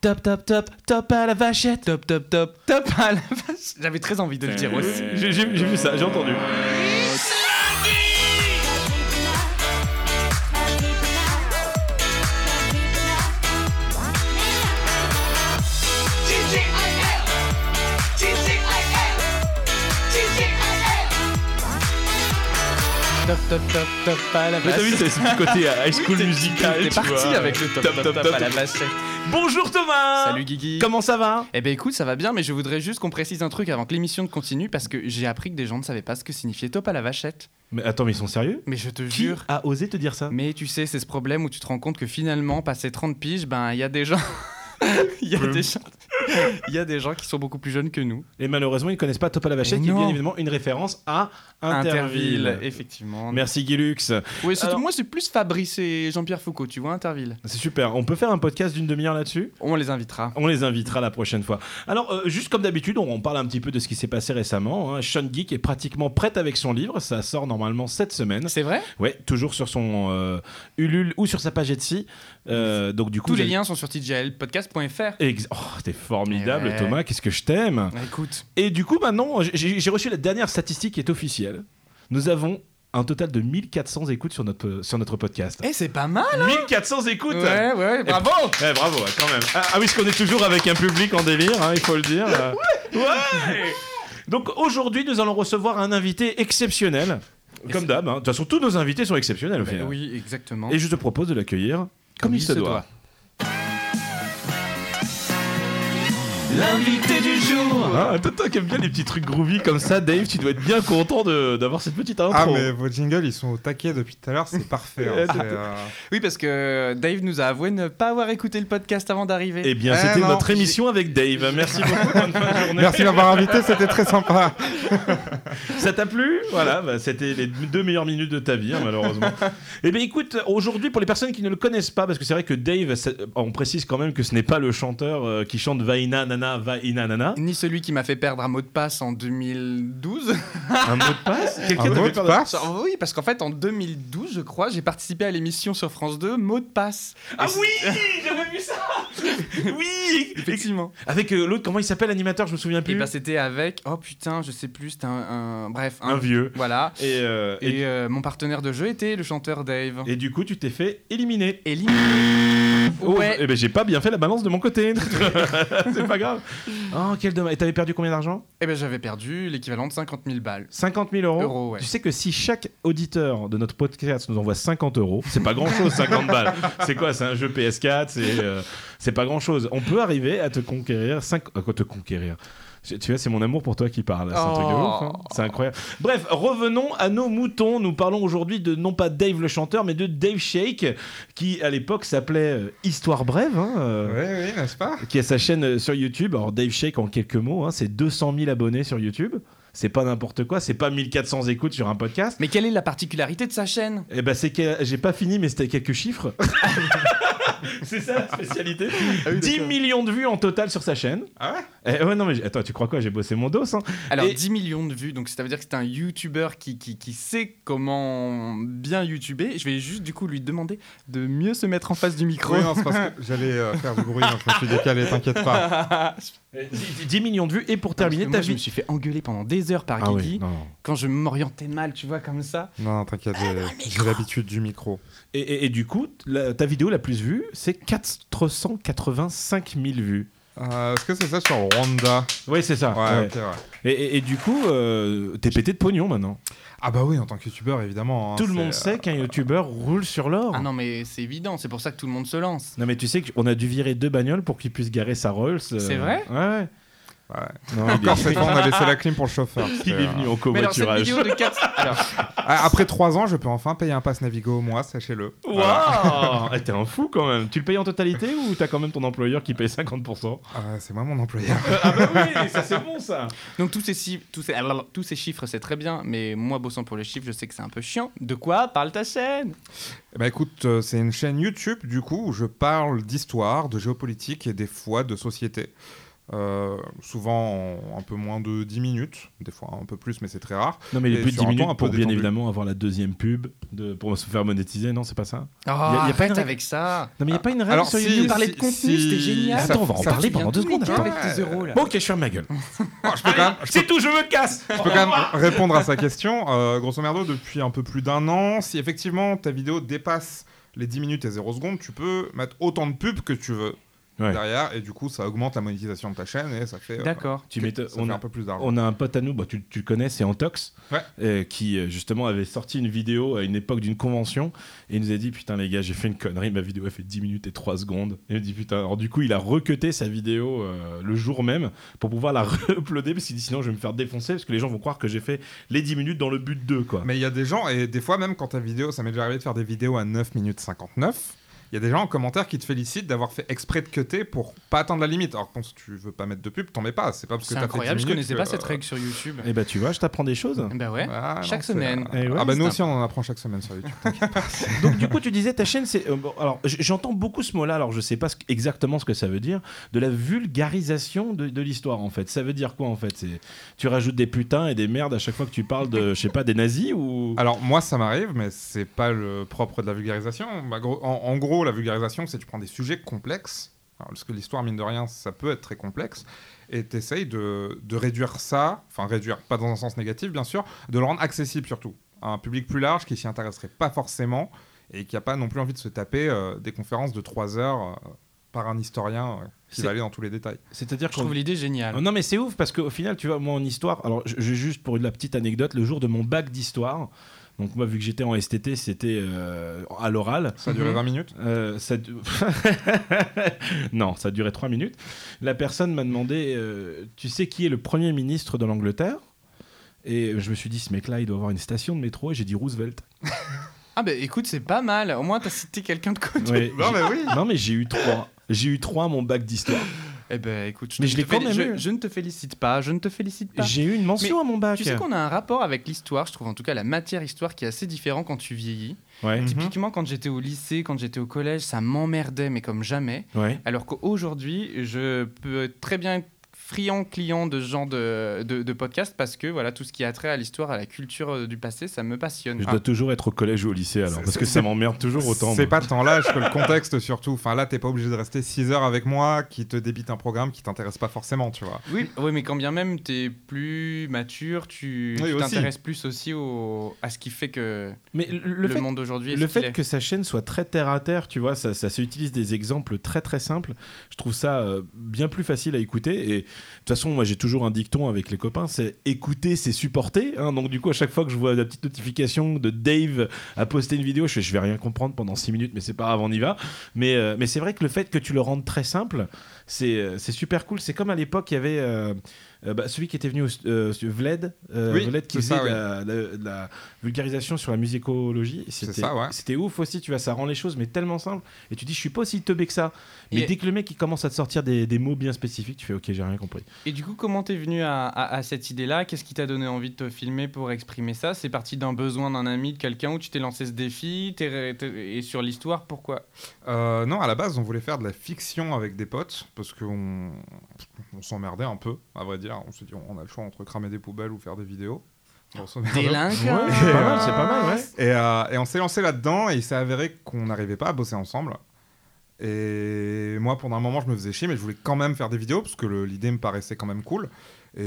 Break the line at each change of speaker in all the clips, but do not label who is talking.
Top, top, top, top à la vachette. Top, top, top, top à la vachette. J'avais très envie de le dire aussi.
J'ai j'ai- j'ai vu ça, j'ai entendu.
Ah, Top, top, top, top à la
Mais t'as vu,
vachette.
c'est c'est le côté euh, high school
T'es-
musical.
T'es
tu
parti
vois.
avec le top, top, top, Ah. à la vachette.
Bonjour Thomas
Salut Guigui.
Comment ça va
Eh ben écoute, ça va bien, mais je voudrais juste qu'on précise un truc avant que l'émission ne continue parce que j'ai appris que des gens ne savaient pas ce que signifiait top à la vachette.
Mais attends, mais ils sont sérieux
Mais je te
Qui
jure.
a osé te dire ça
Mais tu sais, c'est ce problème où tu te rends compte que finalement, passé 30 piges, ben il y a des gens. Il y, a
Boum.
des gens... il y a des gens qui sont beaucoup plus jeunes que nous.
Et malheureusement, ils connaissent pas Top à la Vachette,
Mais
qui est
non.
bien évidemment une référence à Interville.
effectivement.
Merci Guilux,
Oui, c'est-
Alors-
moi c'est plus Fabrice et Jean-Pierre Foucault, tu vois, Interville.
c'est super. On peut faire un podcast d'une demi-heure là-dessus
On les invitera.
On les invitera la prochaine fois. Alors, euh, juste comme d'habitude, on, on parle un petit peu de ce qui s'est passé récemment. hein. Sean Geek est pratiquement prête avec son livre. Ça sort normalement cette semaine.
C'est vrai
Ouais, toujours sur son euh, Ulule ou sur sa page Etsy. Euh, donc du coup,
Tous
vous
les
avez-
liens sont sur tjlpodcast.fr.
Ex- oh, t'es formidable,
Eh ouais.
Thomas. Qu'est-ce que je t'aime.
Écoute,
Et du coup, maintenant, j'ai j'ai reçu la dernière statistique qui est officielle. Nous avons un total de 1400 écoutes sur notre, sur notre podcast.
eh, c'est pas mal
1400 écoutes
Ouais, ouais, bravo
Eh, bravo, ouais, quand même. Ah, ah oui, parce qu'on est toujours avec un public en délire, hein, il faut le dire. Euh, ouais. Donc aujourd'hui, nous allons recevoir un invité exceptionnel. Ben
Et
Comme
c'est-
d'hab, hein. de toute façon, tous nos invités sont exceptionnels au final.
Oui, exactement.
Et je te propose de l'accueillir comme, il, se, doit.
L'invité du jour
Ah, toi, toi qui aimes bien les petits trucs groovy comme ça, Dave, tu dois être bien content de- d'avoir cette petite intro.
Ah mais vos jingles ils sont au taquet depuis tout à l'heure, c'est parfait. hein, c'est, euh,
Oui, parce que Dave nous a avoué ne pas avoir écouté le podcast avant d'arriver.
Eh bien,
Eh
c'était
non,
notre
j'ai-
émission avec Dave. Merci beaucoup. Bonne fin de journée.
Merci d'avoir invité, c'était très sympa.
Ça t'a plu Voilà, bah, c'était les deux meilleures minutes de ta vie, hein, malheureusement. eh bien, écoute, aujourd'hui, pour les personnes qui ne le connaissent pas, parce que c'est vrai que Dave, ça- on précise quand même que ce n'est pas le chanteur euh, qui chante Vaina Nana, Vaina Nana.
Ni celui qui m'a fait perdre un mot de passe en 2012.
Un mot de passe
Un
t'avait
mot de
perdu-
passe
oui, parce qu'en fait, en 2012, je crois, j'ai participé à l'émission sur France 2, mot de passe.
Ah oui J'avais vu ça Oui Eh ben,
Effectivement.
Avec euh, l'autre, comment il s'appelle, l'animateur Je me souviens
Et
plus.
bah, c'était avec. Oh putain, je sais plus, c'était un, un- Bref,
un vieux.
Voilà.
Et, euh, et-
Et, euh, mon partenaire de jeu était le chanteur Dave.
et du coup, tu t'es fait éliminer.
Et
Oh,
Ouais.
eh ben j'ai pas bien fait la balance de mon côté. c'est pas grave. Oh, quel dommage. Et t'avais perdu combien d'argent
Eh ben j'avais perdu l'équivalent de 50 000 balles.
50 000 euros.
Euros, ouais.
Tu sais que si chaque auditeur de notre podcast nous envoie 50 euros, c'est pas grand chose, 50 balles. C'est quoi C'est un jeu PS4, c'est euh, c'est pas grand chose. On peut arriver à te conquérir. 5... À quoi te conquérir Je- tu vois, c'est mon amour pour toi qui parle. C'est un truc de
Oh.
ouf. hein. C'est incroyable. Bref, revenons à nos moutons. Nous parlons aujourd'hui de non pas Dave le chanteur, mais de Dave Shake, qui à l'époque s'appelait euh, Histoire brève. hein, euh,
Oui oui, n'est-ce pas
qui a sa chaîne euh, sur YouTube. Alors Dave Shake en quelques mots, hein, c'est 200 000 abonnés sur YouTube. C'est pas n'importe quoi, c'est pas 1400 écoutes sur un podcast.
Mais quelle est la particularité de sa chaîne
Eh ben c'est que j'ai pas fini, mais c'était quelques chiffres. c'est ça la spécialité.
Ah
10 millions de vues en total sur sa chaîne.
Ah ouais
Eh, ouais non mais j'ai- attends, tu crois quoi J'ai bossé mon dos. Hein.
Alors
Et-
10 millions de vues, donc ça veut dire que c'est un youtubeur qui, qui, qui sait comment bien youtuber. Je vais juste du coup lui demander de mieux se mettre en face du micro.
Oui, non, c'est parce que j'allais euh, faire du bruit, donc je me suis décalé, t'inquiète pas.
Eh, 10 10 millions de vues et pour terminer
Parce que
ta
moi, je me
vie.
suis fait engueuler pendant des heures par
Ah oui,
Guigui
non, non.
quand je m'orientais mal, tu vois, comme ça.
Non, non, t'inquiète,
Ah,
j'ai- j'ai l'habitude du micro.
Et, et- et du coup, la- ta vidéo la plus vue, c'est 485 000 vues.
Euh, Est-ce que c'est ça sur Rwanda
Oui, c'est ça.
ouais,
Ah, ouais.
ok, ouais.
Et, et- et du coup, euh, t'es pété de pognon maintenant.
Ah bah oui, en tant que youtubeur évidemment. hein,
Tout le
c'est,
monde
euh,
sait qu'un youtubeur roule sur l'or.
Ah non, mais c'est évident, c'est pour ça que tout le monde se lance.
Non, mais tu sais qu'on a dû virer deux bagnoles pour qu'il puisse garer sa Rolls. euh,
C'est vrai
Ouais, ouais.
Ouais.
Non, il est-
Encore cette fois, on a laissé la clim pour le chauffeur. c'est,
Il est venu
euh,
en
Mais alors, cette
covoiturage.
vidéo de 4... alors,
ah, Après 3 ans, je peux enfin payer un pass Navigo au mois, sachez-le. Voilà.
Waouh Eh, T'es un fou quand même. Tu le payes en totalité ou t'as quand même ton employeur qui paye 50%
Ah, c'est moi mon employeur.
Ah bah oui, ça c'est bon ça
Donc tous ces, chi- tous, ces... alors, tous ces chiffres, c'est très bien, mais moi, bossant pour les chiffres, je sais que c'est un peu chiant. De quoi parle ta chaîne
Eh ben, écoute, euh, c'est une chaîne YouTube du coup où je parle d'histoire, de géopolitique et des fois de société. euh, souvent en un peu moins de 10 minutes, des fois un peu plus, mais c'est très rare.
Non, mais les
Et
plus de 10
sur un temps
minutes
un peu
pour bien
détendu.
évidemment avoir la deuxième pub de, pour se faire monétiser, non, c'est pas ça
Oh,
a- y a pas une
arrête
règle-
avec ça.
Ah. Non, mais il n'y a pas une règle
Alors,
sur
si-
YouTube.
On parlait de
si-
contenu,
si-
c'était génial.
Attends, on va en
Ça-
parler
ça
pendant
revient
deux
tous
secondes.
les
hein.
temps avec tes euros, là.
Bon, ok, je ferme ma gueule.
Ah, je peux quand même, je peux-
C'est tout, je me casse
je peux quand même répondre à sa question. Euh, grosso merdo, depuis un peu plus d'un an, si effectivement ta vidéo dépasse les 10 minutes et 0 secondes, tu peux mettre autant de pubs que tu veux
Ouais.
derrière, et du coup, ça augmente la monétisation de ta chaîne, et ça fait, euh,
D'accord.
Tu
que-
m'étonnes,
ça
on
fait
a-
un peu plus d'argent.
On a un pote à nous, bah, tu, tu le connais, c'est Antox,
Ouais.
euh, qui euh, justement avait sorti une vidéo à une époque d'une convention et il nous a dit Putain, les gars, j'ai fait une connerie, ma vidéo a fait 10 minutes et 3 secondes. Et il a dit Putain, alors du coup, il a recuté sa vidéo euh, le jour même pour pouvoir la re-uploader parce qu'il dit Sinon, je vais me faire défoncer parce que les gens vont croire que j'ai fait les 10 minutes dans le but 2, quoi.
Mais il y a des gens, et des fois même quand ta vidéo, ça m'est déjà arrivé de faire des vidéos à 9 minutes 59, il y a des gens en commentaire qui te félicitent d'avoir fait exprès de cutter pour pas atteindre la limite. Alors quand tu veux pas mettre de pub, t'en mets pas. C'est pas parce que
C'est
t'as fait 10
incroyable, je
minutes
connaissais
que,
pas cette
euh,
règle sur YouTube.
Et bah, tu vois, je t'apprends des choses.
Ben ouais.
ah,
Chaque
c'est-
semaine.
Eh ouais,
ah bah
c'est
nous
un-
aussi on en apprend chaque semaine sur YouTube.
Donc du coup, tu disais ta chaîne, c'est euh, bon, alors j- j'entends beaucoup ce mot-là, alors je sais pas ce que- exactement ce que ça veut dire, de la vulgarisation de, de l'histoire en fait. Ça veut dire quoi en fait C'est tu rajoutes des putains et des merdes à chaque fois que tu parles de, je sais pas, des nazis ou
Ah,
Alors moi ça m'arrive, mais c'est pas le propre de la vulgarisation. Bah, gros- en, en gros, la vulgarisation, c'est que tu prends des sujets complexes, alors, parce que l'histoire mine de rien, ça peut être très complexe, et t'essayes de, de réduire ça, enfin réduire, pas dans un sens négatif bien sûr, de le rendre accessible surtout à un public plus large qui s'y intéresserait pas forcément et qui a pas non plus envie de se taper euh, des conférences de 3 heures euh, par un historien euh, qui
C'est-
va aller dans tous les détails.
c'est-à-dire
Je
qu'on-
trouve l'idée géniale.
Non mais c'est ouf parce qu'au final tu vois moi en histoire alors je, je- juste pour la petite anecdote le jour de mon bac d'histoire donc moi vu que j'étais en STT c'était euh, à l'oral
Ça a duré
Mhm.
20 minutes.
Euh, ça du- non, ça a duré 3 minutes. La personne m'a demandé euh, Tu sais qui est le premier ministre de l'Angleterre Et je me suis dit Ce mec-là, il doit avoir une station de métro. Et j'ai dit Roosevelt.
Ah ben écoute, c'est pas mal. Au moins t'as cité quelqu'un de connu.
Ouais,
Non mais oui.
j'ai- non, mais j'ai eu 3. J'ai eu 3 mon bac d'histoire.
Eh ben écoute, je,
Mais
te-
je
te
l'ai quand
féli-
même
je-
eu.
je ne te félicite pas. Je ne te félicite pas.
J'ai eu une mention à mon bac.
Tu sais qu'on a un rapport avec l'histoire, je trouve en tout cas la matière histoire qui est assez différent quand tu vieillis.
Ouais,
Mhm.
Typiquement quand j'étais au lycée, quand j'étais au collège, ça m'emmerdait mais comme jamais.
ouais.
Alors qu'aujourd'hui, je peux être très bien être friand client de ce genre de, de, de podcast parce que voilà tout ce qui a trait à l'histoire, à la culture euh, du passé, ça me passionne. Ah.
Je dois toujours être au collège ou au lycée alors.
C'est-
Parce que
c'est-
ça m'emmerde toujours autant.
C'est
moi.
pas tant l'âge que le contexte surtout. Enfin là, t'es pas obligé de rester 6 heures avec moi qui te débite un programme qui t'intéresse pas forcément, tu vois.
Oui, oui, mais quand bien même t'es plus mature, tu
Oui,
tu
aussi.
t'intéresses plus aussi au, à ce qui fait que
Mais le, le
le,
fait
monde d'aujourd'hui est
Le
ce qu'il
fait
est.
que sa chaîne soit très terre à terre, tu vois, ça, ça s'utilise des exemples très très simples. Je trouve ça euh, bien plus facile à écouter. Et de toute façon, moi j'ai toujours un dicton avec les copains, c'est écouter, c'est supporter. hein. Donc du coup, à chaque fois que je vois la petite notification de Dave à poster une vidéo, je fais, je vais rien comprendre pendant 6 minutes, mais c'est pas grave, on y va. Mais, euh, mais c'est vrai que le fait que tu le rendes très simple, c'est euh, c'est super cool. C'est comme à l'époque, il y avait euh, euh, bah, celui qui était venu, au, euh, Vled, euh,
Oui,
Vled qui
c'est
faisait
ça,
de la- de- de la vulgarisation sur la musicologie.
C'est
C'était-
ça, ouais.
C'était ouf aussi, tu vois, ça rend les choses mais tellement simples. Et tu dis, je suis pas aussi teubé que ça. Mais
Et-
dès que le mec il commence à te sortir des, des mots bien spécifiques, tu fais, ok, j'ai rien compris.
Et du coup, comment t'es venu à, à- à cette idée-là Qu'est-ce qui t'a donné envie de te filmer pour exprimer ça C'est parti d'un besoin d'un ami, de quelqu'un, où tu t'es lancé ce défi t'es- t'es- Et sur l'histoire, pourquoi
Euh, non, à la base, on voulait faire de la fiction avec des potes parce qu'on on, s'emmerdait un peu, à vrai dire. On se dit, on a le choix entre cramer des poubelles ou faire des vidéos. Grosso merdo.
Délinquant
c'est pas mal, c'est pas mal, ouais.
Et, euh, et on s'est lancé là-dedans et il s'est avéré qu'on n'arrivait pas à bosser ensemble. Et moi, pendant un moment, je me faisais chier, mais je voulais quand même faire des vidéos parce que le- l'idée me paraissait quand même cool. Et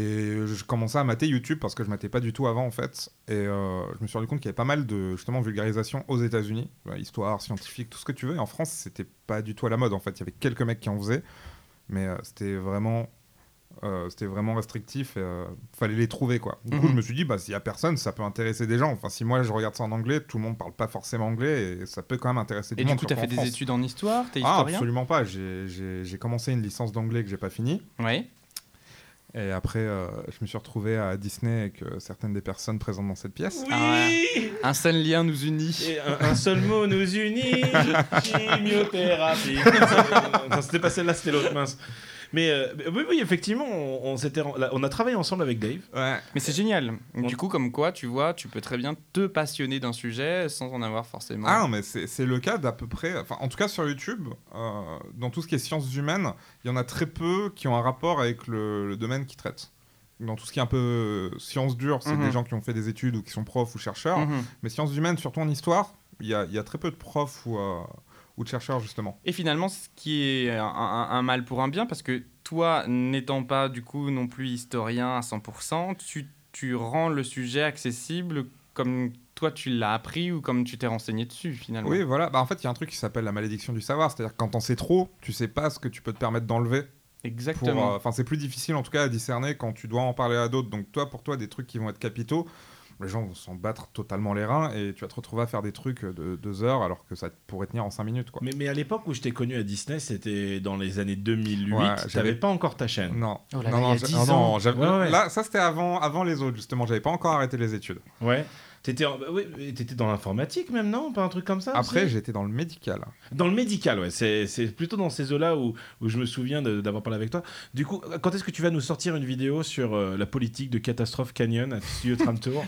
je commençais à mater YouTube parce que je matais pas du tout avant en fait. Et euh, je me suis rendu compte qu'il y avait pas mal de justement vulgarisation aux États-Unis, Ouais, histoire, scientifique, tout ce que tu veux. Et en France, c'était pas du tout à la mode en fait. Il y avait quelques mecs qui en faisaient, mais euh, c'était vraiment, euh, c'était vraiment restrictif. Et, euh, fallait les trouver quoi. Du coup,
Mhm.
je me suis dit bah s'il y a personne, ça peut intéresser des gens. Enfin, si moi je regarde ça en anglais, tout le monde parle pas forcément anglais et ça peut quand même intéresser
Et
du
du
monde.
coup, t'as
surtout
fait
en
des
France.
études en histoire T'es
Ah,
historien
absolument pas. J'ai- J'ai j'ai commencé une licence d'anglais que j'ai pas finie.
Ouais.
Et après, euh, je me suis retrouvé à Disney avec euh, certaines des personnes présentes dans cette pièce.
Ah Un seul lien nous unit.
Et un, un seul mot nous unit, chimiothérapie. non, c'était pas celle-là, c'était l'autre, mince. Mais euh, oui, oui, effectivement, on, on s'était, là, on a travaillé ensemble avec Dave.
Ouais.
Mais c'est génial.
On-
Du coup, comme quoi, tu vois, tu peux très bien te passionner d'un sujet sans en avoir forcément.
Ah non, mais c'est c'est le cas d'à peu près. Enfin, en tout cas, sur YouTube, euh, dans tout ce qui est sciences humaines, il y en a très peu qui ont un rapport avec le, le domaine qu'ils traitent. Dans tout ce qui est un peu euh, sciences dures, c'est
Mhm.
des gens qui ont fait des études ou qui sont profs ou chercheurs.
Mhm.
Mais sciences humaines, surtout en histoire, il y a, il y a très peu de profs ou, euh, ou de chercheurs, justement.
Et finalement, ce qui est un, un- un mal pour un bien, parce que toi, n'étant pas du coup non plus historien à 100%, tu, tu rends le sujet accessible comme toi tu l'as appris ou comme tu t'es renseigné dessus finalement.
Oui, voilà. Bah, en fait, il y a un truc qui s'appelle la malédiction du savoir. C'est-à-dire que quand t'en sais trop, tu sais pas ce que tu peux te permettre d'enlever. pour,
exactement.
euh, Enfin, c'est plus difficile en tout cas à discerner quand tu dois en parler à d'autres. Donc toi, pour toi, des trucs qui vont être capitaux, les gens vont s'en battre totalement les reins et tu vas te retrouver à faire des trucs de deux heures alors que ça pourrait tenir en cinq minutes, quoi.
Mais, mais à l'époque où je t'ai connu à Disney, c'était dans les années 2008.
Ouais,
T'avais
j'avais-
pas encore ta chaîne.
Non,
Oh là
non,
là,
non,
il y a
j'ai-
10
non, non,
ans.
j'avais-
Ouais, ouais.
là, ça c'était avant, avant les autres justement. J'avais pas encore arrêté les études.
Ouais. T'étais, en- bah oui, mais t'étais dans l'informatique même, non Pas un truc comme ça
Ah,
Après,
aussi
j'étais dans le médical.
Dans le médical, ouais. C'est, c'est plutôt dans ces eaux-là où, où je me souviens de- d'avoir parlé avec toi. Du coup, quand est-ce que tu vas nous sortir une vidéo sur euh, la politique de Catastrophe Canyon à Studio Tram Tour,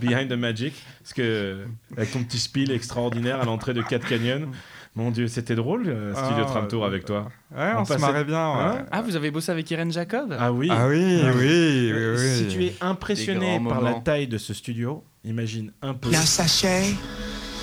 Behind the Magic Parce que, avec ton petit spiel extraordinaire à l'entrée de Cat Canyon, mon Dieu, c'était drôle, euh, Studio
Ah,
Tram Tour
euh,
avec toi.
Ouais,
On
on, se
passait-
marrait bien. ouais.
Hein
Ah, vous avez bossé avec Irène Jacob
Ah oui
ah oui,
Ah.
oui, oui, oui.
Si tu es impressionné
Des grands
par la
moments.
taille de ce studio, imagine un peu.
Now sashay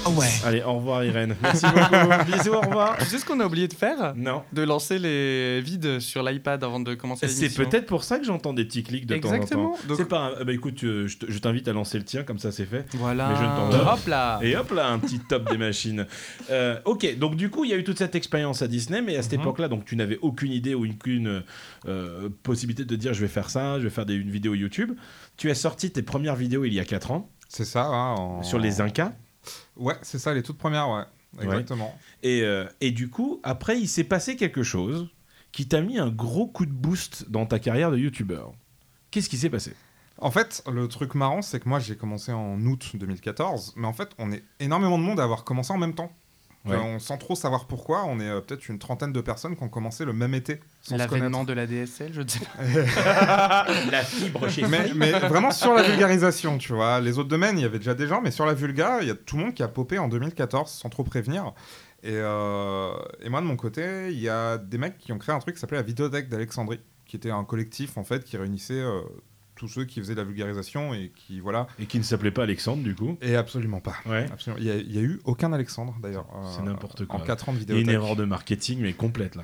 away.
Allez, au revoir Irène. Merci beaucoup. Bisous, au revoir.
Tu sais ce qu'on a oublié de faire
Non.
De lancer les vides sur l'iPad avant de commencer
C'est
l'émission.
peut-être pour ça que j'entends des petits clics de temps en temps.
Exactement. Donc-
C'est pas. un- Bah écoute, euh, je te- je t'invite à lancer le tien, comme ça c'est fait.
Voilà.
Mais je ne t'en veux pas.
Hop là
Et hop là, un petit top des machines. Euh, ok, donc du coup, il y a eu toute cette expérience à Disney, mais à cette
Mhm.
époque-là, donc tu n'avais aucune idée ou aucune euh, possibilité de dire je vais faire ça, je vais faire des- une vidéo YouTube. Tu as sorti tes premières vidéos il y a 4 ans
C'est ça. hein, en-
sur les Incas.
Ouais, c'est ça, les toutes premières, ouais. Exactement.
Et, euh, et du coup, après, il s'est passé quelque chose qui t'a mis un gros coup de boost dans ta carrière de youtubeur. Qu'est-ce qui s'est passé
En fait, le truc marrant, c'est que moi, j'ai commencé en août 2014, mais en fait, on est énormément de monde à avoir commencé en même temps.
Ouais.
Euh, on sent trop savoir pourquoi, on est euh, peut-être une trentaine de personnes qui ont commencé le même été. Sans se connaître.
L'avènement de la DSL, je ne sais pas.
La fibre chez
Mais, mais vraiment sur la vulgarisation, tu vois. Les autres domaines, il y avait déjà des gens, mais sur la vulga, il y a tout le monde qui a popé en 2014 sans trop prévenir. Et, euh, et moi, de mon côté, il y a des mecs qui ont créé un truc qui s'appelait la Vidéothèque d'Alexandrie, qui était un collectif, en fait, qui réunissait euh, tous ceux qui faisaient de la vulgarisation et qui, voilà.
Et qui ne s'appelait pas Alexandre, du coup.
Et absolument pas.
Ouais.
Absolument. Il n'y a, eu aucun Alexandre d'ailleurs.
C'est
euh,
n'importe quoi.
En 4 ans de
Il y a
vidéo.
une erreur de marketing, mais complète, là.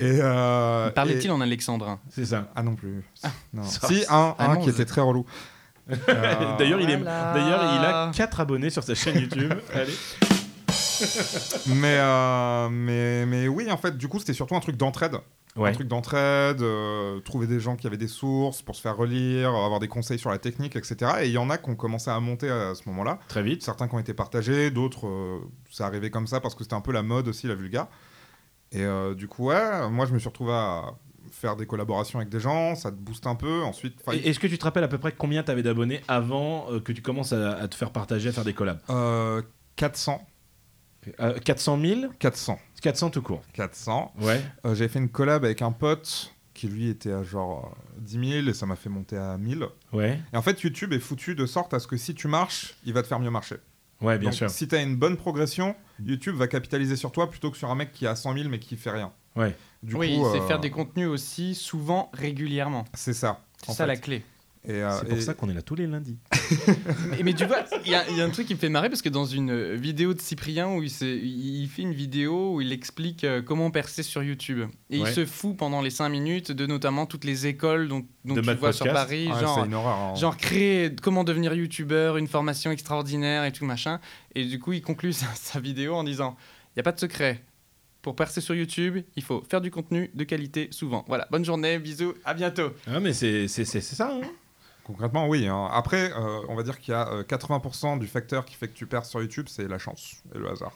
Et, euh,
Parlait-il
et-
en alexandrin
C'est ça.
Ah non plus. Non.
ça-
Si, un,
Ah
un
non,
qui
je-
était très relou. Euh,
D'ailleurs, il, est...
Voilà.
D'ailleurs, il a 4 abonnés sur sa chaîne YouTube. Allez.
mais, euh, mais, mais oui, en fait, du coup, c'était surtout un truc d'entraide. Un
Ouais.
truc d'entraide, euh, trouver des gens qui avaient des sources pour se faire relire, avoir des conseils sur la technique, etc. Et il y en a qui ont commencé à monter à ce moment-là.
Très vite.
certains qui ont été partagés, d'autres, euh, ça arrivait comme ça parce que c'était un peu la mode aussi, la vulga. Et euh, du coup, ouais, moi je me suis retrouvé à faire des collaborations avec des gens, ça te booste un peu. Ensuite, enfin,
Et- Est-ce que tu te rappelles à peu près combien t'avais d'abonnés avant euh, que tu commences à, à te faire partager, à faire des collabs
euh, 400,
Euh, 400 000
400,
400 tout court.
400.
Ouais.
Euh, J'ai fait une collab avec un pote qui lui était à genre euh, 10 000 et ça m'a fait monter à 1000.
Ouais.
Et en fait, YouTube est foutu de sorte à ce que si tu marches, il va te faire mieux marcher.
Ouais, bien
Donc,
sûr.
Si tu as une bonne progression, YouTube va capitaliser sur toi plutôt que sur un mec qui a 100 000 mais qui fait rien.
Ouais.
Du
Oui,
coup,
c'est
euh,
faire des contenus aussi souvent, régulièrement.
C'est ça.
C'est
en
ça
fait.
la clé.
Et, euh,
C'est pour
et-
ça qu'on est là tous les lundis.
Mais, mais tu vois, il y, a il y a un truc qui me fait marrer parce que dans une euh, vidéo de Cyprien où il, s'est- il il fait une vidéo où il explique euh, comment percer sur YouTube. Et il
Ouais.
se fout pendant les 5 minutes de notamment toutes les écoles dont, dont
De
tu vois
Mad
sur
Podcast.
Paris.
Ouais,
genre,
c'est une horreur. hein.
genre créer, comment devenir youtubeur, une formation extraordinaire et tout machin. Et du coup, il conclut sa, sa vidéo en disant il n'y a pas de secret. Pour percer sur YouTube, il faut faire du contenu de qualité souvent. Voilà, bonne journée, bisous, à bientôt.
Ah, mais c'est c'est- c'est- c'est ça, hein
Concrètement, oui. hein. Après, euh, on va dire qu'il y a euh, 80% du facteur qui fait que tu perds sur YouTube, c'est la chance et le hasard.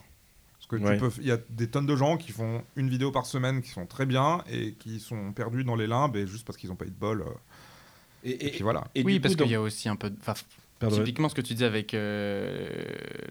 Parce que tu
Ouais.
peux- il y a des tonnes de gens qui font une vidéo par semaine qui sont très bien et qui sont perdus dans les limbes et juste parce qu'ils n'ont pas eu de bol. euh,
Et,
et, puis voilà.
et
oui,
du
parce
coup,
qu'il y
donc-
a aussi un peu. de- enfin,
Pardon.
Typiquement, ce que tu dis avec euh,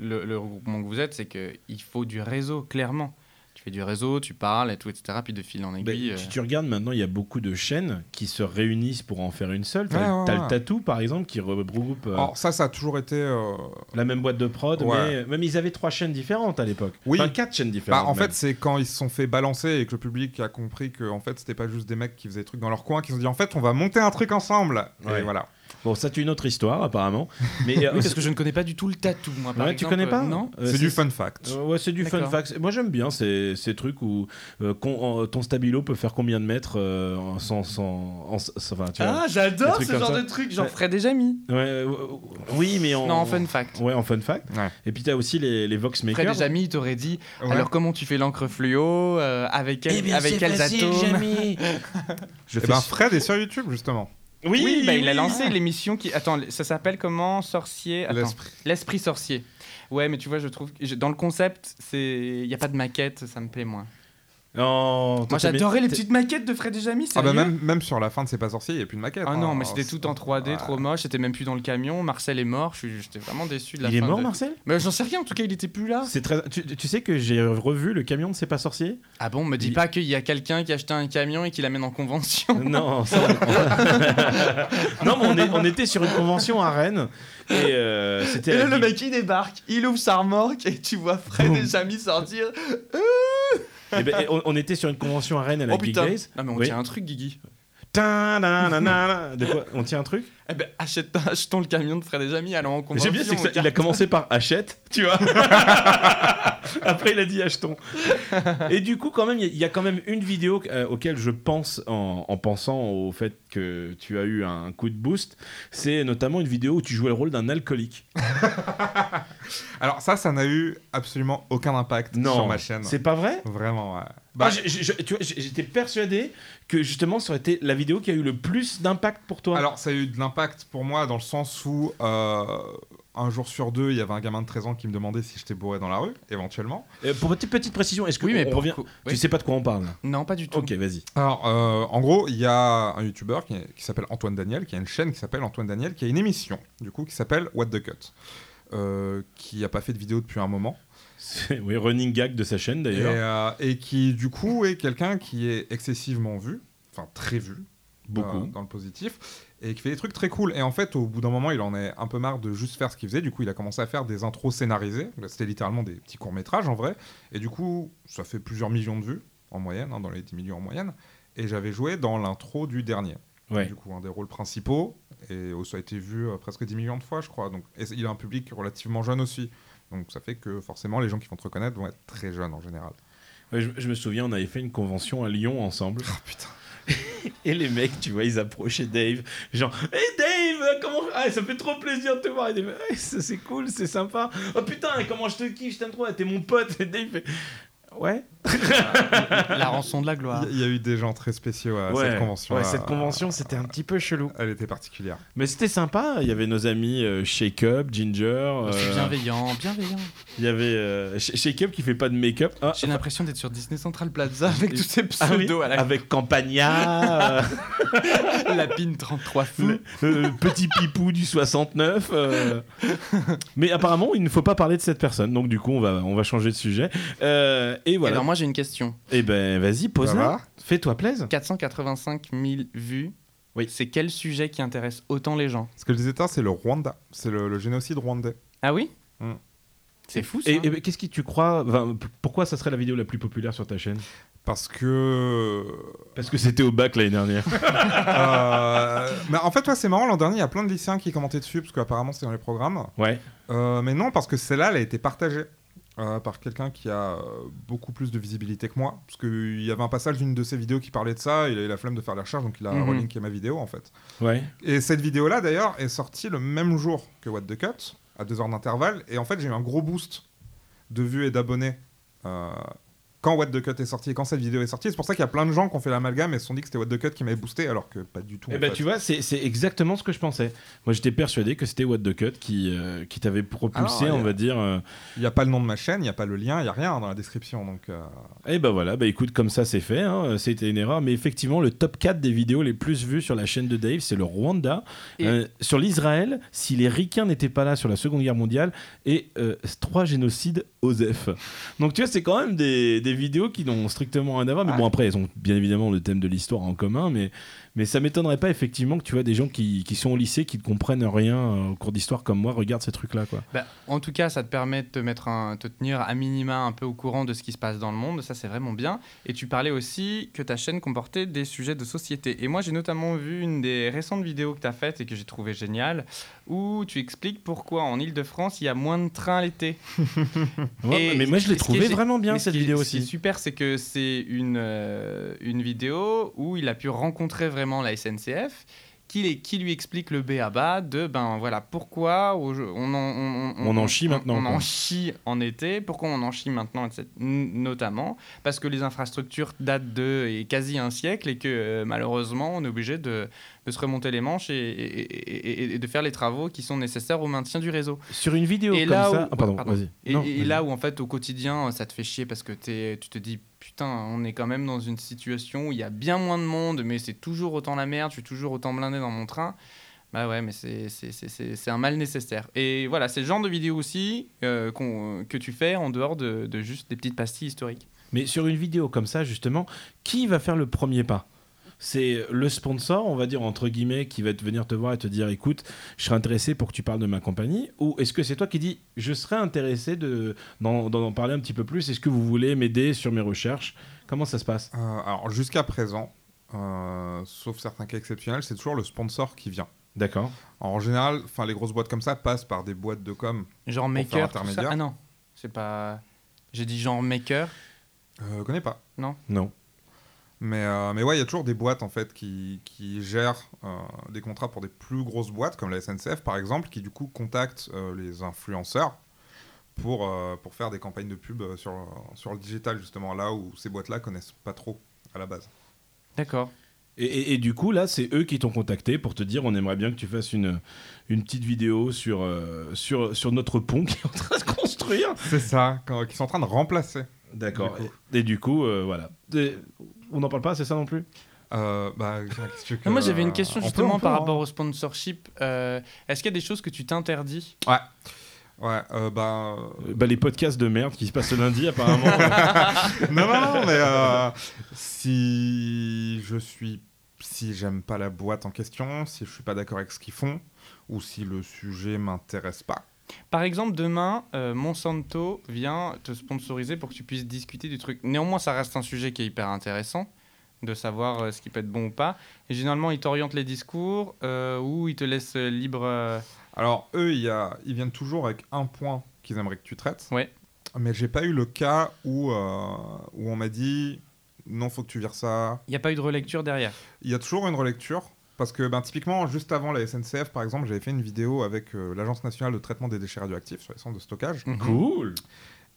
le, le regroupement que vous êtes, c'est qu'il faut du réseau, clairement. Tu fais du réseau, tu parles et tout, etc. Puis de fil en
Ben,
aiguille. euh,
Si tu regardes maintenant, il y a beaucoup de chaînes qui se réunissent pour en faire une seule. T'as
Ouais, ouais,
t'as le
ouais.
Tattoo, par exemple, qui re- regroupe euh,
Alors ça, ça a toujours été. euh,
la même boîte de prod,
Ouais.
mais même ils avaient trois chaînes différentes à l'époque.
Oui.
Enfin, quatre chaînes différentes.
Bah, en
même.
fait, c'est quand ils se sont fait balancer et que le public a compris que en fait, c'était pas juste des mecs qui faisaient des trucs dans leur coin, qui se sont dit en fait, on va monter un truc ensemble.
Ouais.
Et voilà.
bon, ça c'est une autre histoire apparemment. Mais euh,
Oui, parce que je ne connais pas du tout le tatou, moi. par
Ouais, tu
exemple.
connais pas
Euh, Non.
Euh,
c'est du fun fact.
Euh, ouais, c'est du fun
D'accord.
fact. Moi, j'aime bien ces, ces trucs où euh, con- euh, ton stabilo peut faire combien de mètres euh, en- sans. sans, en- sans- enfin, tu vois.
Ah, j'adore
Des
ce
trucs
genre
comme ça.
de truc. J'en
Ouais.
ferais déjà mis.
Ouais, euh, euh, oui, mais en.
Non, en fun fact.
Ouais, en fun fact.
Ouais.
Et puis, t'as aussi les, les Vox
Après,
Makers.
déjà mis, il t'aurait dit
Ouais.
alors comment tu fais l'encre fluo euh, Avec, quel-
Eh bien,
avec
c'est
quels
facile,
atomes
Jamy.
Je
Eh
fais
ben,
su-
Fred est sur YouTube justement.
Oui, bah, il a
oui.
lancé l'émission qui. Attends, ça s'appelle comment Sorcier Attends.
L'esprit.
L'esprit sorcier. Ouais, mais tu vois, je trouve que j'ai- dans le concept, c'est il y a pas de maquette, ça me plaît moins.
Non, toi,
Moi,
t'as bien-
j'adorais les
t'es-
petites maquettes de Fred et Jamy,
Ah bah
sérieux
même, même sur la fin de C'est pas sorcier, il n'y a plus de maquette.
Ah
hein.
non, mais c'était tout en 3D,
Ouais.
trop moche, c'était même plus dans le camion, Marcel est mort, je suis- j'étais vraiment déçu de la
Il est
fin
mort,
de-
Marcel
Mais j'en sais rien, en tout cas, il était plus là.
c'est très... tu, tu sais que j'ai revu le camion de C'est pas sorcier
Ah bon, me dis
Il-
pas qu'il y a quelqu'un qui a acheté un camion et qui l'amène en convention.
Non, ça- non mais on, est- on était sur une convention à Rennes et euh, c'était.
Et là,
la-
le mec, il débarque, il ouvre sa remorque et tu vois Fred et Jamy sortir.
Eh ben, et on, on était sur une convention à Rennes à la
Oh
Geek
putain.
Days.
Non, mais on
Oui.
tient un truc, Guigui.
Ta-da-na-na-na. De quoi On tient un truc
Eh ben, achète, achetons le camion de Fred et Jamy, allons en convention.
J'aime bien, c'est
au
que ça-
car-
il a commencé par achète, tu vois. Après, il a dit achetons. Et du coup, quand même, il y a- il y, a quand même une vidéo euh, auquel je pense en, en pensant au fait que tu as eu un coup de boost. C'est notamment une vidéo où tu jouais le rôle d'un alcoolique.
Alors ça, ça n'a eu absolument aucun impact
Non,
sur ma chaîne.
c'est pas vrai.
Vraiment. ouais. Bah,
Ah, je- je- je- tu vois, j'- j'étais persuadé que justement, ça aurait été la vidéo qui a eu le plus d'impact pour toi.
Alors, ça a eu de l'impact pour moi dans le sens où euh, un jour sur deux, il y avait un gamin de 13 ans qui me demandait si j'étais bourré dans la rue, éventuellement.
Euh, pour petite, petite précision, est-ce que
Oui, mais
on
pour
revient-
le coup-
Tu
oui.
sais pas de quoi on parle.
Non, pas du tout.
Ok, vas-y.
Alors, euh, en gros, il y a un youtubeur qui, qui s'appelle Antoine Daniel, qui a une chaîne qui s'appelle Antoine Daniel, qui a une émission, du coup, qui s'appelle What the Cut, euh, qui n'a pas fait de vidéo depuis un moment.
C'est- Oui, running gag de sa chaîne
Et,
d'ailleurs.
euh, et qui, du coup, est quelqu'un qui est excessivement vu, enfin très vu,
Beaucoup.
euh, dans le positif, et qui fait des trucs très cool. Et en fait, au bout d'un moment, il en est un peu marre de juste faire ce qu'il faisait. Du coup, il a commencé à faire des intros scénarisées. Là, C'était littéralement des petits courts-métrages en vrai. Et du coup, ça fait plusieurs millions de vues en moyenne, hein, dans les 10 millions en moyenne. Et j'avais joué dans l'intro du dernier.
Ouais.
Du coup, un des rôles principaux. Et oh, ça a été vu euh, presque 10 millions de fois, je crois. Donc, et c'est- il a un public relativement jeune aussi. Donc ça fait que forcément, les gens qui vont te reconnaître vont être très jeunes en général.
Ouais, je, je me souviens, on avait fait une convention à Lyon ensemble. Oh putain. Et les mecs, tu vois, ils approchaient Dave, genre, Hey Dave, comment ah, ça fait trop plaisir de te voir. Et Dave, Hey, ça, c'est cool, c'est sympa. Oh putain, comment je te kiffe, je t'aime trop, t'es mon pote. Et Dave fait, ouais.
La rançon de la gloire.
Il y, a eu des gens très spéciaux
Ah,
à
ouais.
cette convention.
Ouais, cette convention, c'était un petit peu chelou.
Elle était particulière.
Mais c'était sympa. Il y avait nos amis euh, Shake Up, Ginger. euh,
Ah, Je suis bienveillant, bienveillant.
il y avait euh, Sh- Shake Up qui fait pas de make-up. Ah,
J'ai l'impression d'être sur Disney Central Plaza avec tous ces
ah oui,
pseudos à la
avec Campagna. euh,
lapine 33 fou.
Le, euh, petit pipou du 69. euh. Mais apparemment, il ne faut pas parler de cette personne. Donc, du coup, on va, on va changer de sujet. Euh, et voilà.
Alors moi j'ai une question.
Et ben, vas-y,
Ça
pose-la.
va
Fais-toi plaisir.
485 000 vues.
Oui.
C'est quel sujet qui intéresse autant les gens
Ce que je disais tard, c'est le Rwanda. C'est le, le génocide rwandais.
Ah oui
Hmm.
C'est fou ça.
Et, et ben, qu'est-ce que tu crois enfin, p- Pourquoi ça serait la vidéo la plus populaire sur ta chaîne
Parce que.
Parce que c'était au bac l'année dernière.
euh, Mais en fait, ouais, c'est marrant. L'an dernier, il y a plein de lycéens qui commentaient dessus, parce qu'apparemment, c'est dans les programmes.
Ouais.
Euh, mais non, parce que celle-là, elle a été partagée euh, par quelqu'un qui a euh, beaucoup plus de visibilité que moi. Parce qu'il y avait un passage d'une de ses vidéos qui parlait de ça. Il a eu la flemme de faire la recherche, donc il a
Mhm.
relinké ma vidéo, en fait.
Ouais.
Et cette vidéo-là, d'ailleurs, est sortie le même jour que What the Cut, à deux heures d'intervalle. Et en fait, j'ai eu un gros boost de vues et d'abonnés euh, quand What the Cut est sorti et quand cette vidéo est sortie. C'est pour ça qu'il y a plein de gens qui ont fait l'amalgame et se sont dit que c'était What the Cut qui m'avait boosté, alors que pas du tout.
Eh
en
ben,
fait.
tu vois, c'est c'est exactement ce que je pensais. Moi, j'étais persuadé que c'était What the Cut qui, euh, qui t'avait propulsé,
Ah non,
on
il y a-
va dire. euh,
Il n'y a pas le nom de ma chaîne, il n'y a pas le lien, il n'y a rien dans la description. Donc, euh,
Et ben voilà, bah écoute, comme ça c'est fait, hein, c'était une erreur, mais effectivement le top 4 des vidéos les plus vues sur la chaîne de Dave, c'est le Rwanda.
Et-
Euh, sur l'Israël, si les ricains n'étaient pas là sur la Seconde Guerre mondiale, et euh, trois génocides OSEF. Donc tu vois, c'est quand même des, des des vidéos qui n'ont strictement rien à voir. Mais bon, après, elles ont bien évidemment le thème de l'histoire en commun. Mais, mais ça m'étonnerait pas, effectivement, que tu vois des gens qui, qui sont au lycée, qui ne comprennent rien euh, au cours d'histoire comme moi, regardent ces trucs-là. quoi.
Bah, en tout cas, ça te permet de te, mettre un, te tenir à minima un peu au courant de ce qui se passe dans le monde. Ça, c'est vraiment bien. Et tu parlais aussi que ta chaîne comportait des sujets de société. Et moi, j'ai notamment vu une des récentes vidéos que tu as faites et que j'ai trouvé géniale, où tu expliques pourquoi en Ile-de-France, il y a moins de trains l'été.
Ouais,
Et
mais moi, je l'ai
ce qui
trouvé
est-
vraiment bien,
mais ce
cette
qui est-
vidéo
Ce qui est
aussi.
super, c'est que c'est une, euh, une vidéo où il a pu rencontrer vraiment la SNCF. Qui, les- qui lui explique le B.A.B.A. de ben voilà pourquoi au- on en, on,
On en chie maintenant,
on en
quoi.
chie en été pourquoi on en chie maintenant etc. N- notamment parce que les infrastructures datent de et quasi un siècle et que euh, malheureusement on est obligé de, de se remonter les manches et, et- et- et- et de faire les travaux qui sont nécessaires au maintien du réseau
Sur une vidéo
Et
comme
là
ça.
où-
Ah, pardon,
pardon.
vas-y.
et,
Non,
et
vas-y.
là où en fait au quotidien ça te fait chier parce que t'es- tu te dis putain on est quand même dans une situation où il y a bien moins de monde mais c'est toujours autant la merde, je suis toujours autant blindé dans mon train. Bah ouais mais c'est- c'est c'est- c'est- c'est un mal nécessaire. Et voilà c'est le genre de vidéo aussi euh, qu'on- que tu fais en dehors de, de juste des petites pastilles historiques.
Mais sur une vidéo comme ça, justement, qui va faire le premier pas c'est le sponsor, on va dire entre guillemets, qui va te venir te voir et te dire écoute, je serais intéressé pour que tu parles de ma compagnie Ou est-ce que c'est toi qui dis je serais intéressé de- d'en d'en parler un petit peu plus Est-ce que vous voulez m'aider sur mes recherches Comment ça se passe
Euh, alors, jusqu'à présent, euh, sauf certains cas exceptionnels, c'est toujours le sponsor qui vient.
D'accord.
En général, enfin, les grosses boîtes comme ça passent par des boîtes de com.
Genre
faire
maker. tout ça.
intermédiaire.
Ah non c'est pas j'ai dit genre maker.
Euh, je connais pas.
Non.
Mais, euh, mais ouais, il y a toujours des boîtes en fait qui, qui gèrent euh, des contrats pour des plus grosses boîtes comme la SNCF par exemple, qui du coup contactent euh, les influenceurs pour, euh, pour faire des campagnes de pub euh, sur, sur le digital justement, là où ces boîtes-là connaissent pas trop à la base.
D'accord.
Et, et- et du coup, là, c'est eux qui t'ont contacté pour te dire on aimerait bien que tu fasses une, une petite vidéo sur, euh, sur, sur notre pont qui est en train de se construire.
C'est ça, quand- qui sont en train de remplacer.
D'accord.
Du
Et, et du coup, euh, voilà. Et on n'en parle pas, c'est ça non plus
Euh, bah, qu'est-ce que tu veux que-
Non, moi j'avais une question
On peut,
justement
on peut,
par
hein.
rapport au sponsorship. Euh, Est-ce qu'il y a des choses que tu t'interdis
Ouais, euh, bah. euh,
Euh, bah, Les podcasts de merde qui se passent le lundi, apparemment. euh,
non, non, non, mais euh, si je suis. Si j'aime pas la boîte en question, si je suis pas d'accord avec ce qu'ils font, ou si le sujet m'intéresse pas.
Par exemple, demain, euh, Monsanto vient te sponsoriser pour que tu puisses discuter du truc. Néanmoins, ça reste un sujet qui est hyper intéressant de savoir euh, ce qui peut être bon ou pas. Et généralement, ils t'orientent les discours euh, ou ils te laissent euh, libre. euh,
Alors, eux, il y a, ils viennent toujours avec un point qu'ils aimeraient que tu traites.
Ouais.
Mais j'ai pas eu le cas où, euh, où on m'a dit non, faut que tu vires ça.
Il n'y a pas eu de relecture derrière.
Il y a toujours une relecture. Parce que ben, typiquement, juste avant la SNCF, par exemple, j'avais fait une vidéo avec euh, l'Agence nationale de traitement des déchets radioactifs sur les centres de stockage.
cool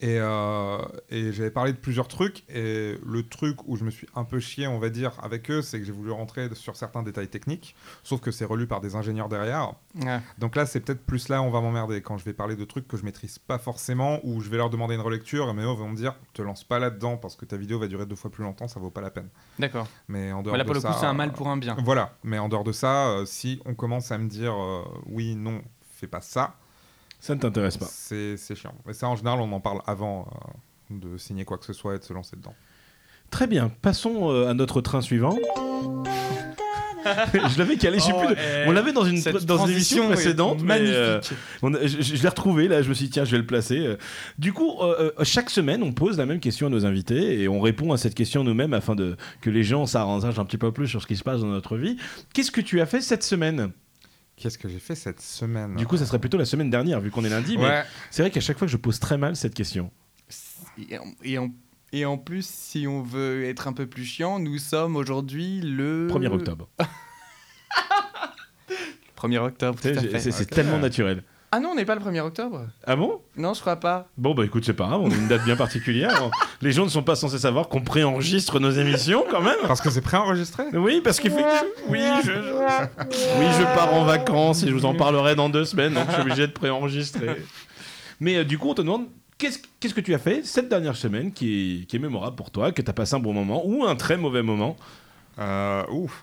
Et, euh, et j'avais parlé de plusieurs trucs. Et le truc où je me suis un peu chié, on va dire, avec eux, c'est que j'ai voulu rentrer sur certains détails techniques. Sauf que c'est relu par des ingénieurs derrière.
Ouais.
Donc là, c'est peut-être plus là où on va m'emmerder. Quand je vais parler de trucs que je maîtrise pas forcément, ou je vais leur demander une relecture, mais eux vont me dire te lance pas là-dedans parce que ta vidéo va durer deux fois plus longtemps, ça vaut pas la peine.
D'accord.
Mais en dehors
Voilà,
de
pour le
ça,
coup, c'est un
euh,
mal pour un bien.
Voilà. Mais en dehors de ça, euh, si on commence à me dire euh, oui, non, fais pas ça,
Ça ne t'intéresse pas.
c'est c'est chiant. Mais ça, en général, on en parle avant euh, de signer quoi que ce soit et de se lancer dedans.
Très bien, passons euh, à notre train suivant. je l'avais calé, je sais plus. de- On l'avait dans une,
Cette
dans une
transition
émission
est
précédente. mais,
magnifique.
euh, On a- je, je- je l'ai retrouvé là, je me suis dit tiens je vais le placer. Euh, Du coup, euh, euh, chaque semaine on pose la même question à nos invités et on répond à cette question nous-mêmes afin de, que les gens s'arrangent un petit peu plus sur ce qui se passe dans notre vie. Qu'est-ce que tu as fait cette semaine
Qu'est-ce que j'ai fait cette semaine euh,
Du coup ça serait plutôt la semaine dernière vu qu'on est lundi, mais
Ouais.
c'est vrai qu'à chaque fois je pose très mal cette question.
Et en, et en- et en plus, si on veut être un peu plus chiant, nous sommes aujourd'hui
Euh,
le
1er octobre.
ah,
1er octobre, tout
Tu sais,
à
j'ai-
fait.
C'est c'est tellement naturel.
Ah non, on n'est pas le 1er octobre
Ah bon
Non, je crois pas.
Bon bah écoute c'est pas grave, on a une date bien particulière. hein. les gens ne sont pas censés savoir qu'on préenregistre nos émissions quand même.
Parce que c'est préenregistré
Oui, parce qu'il fait. Oui, je... oui, je pars en vacances et je vous en parlerai dans deux semaines, donc je suis obligé de préenregistrer. Mais euh, du coup, on te demande qu'est-ce qu'est-ce que tu as fait cette dernière semaine qui est, qui est mémorable pour toi, que tu as passé un bon moment ou un très mauvais moment
euh, Ouf.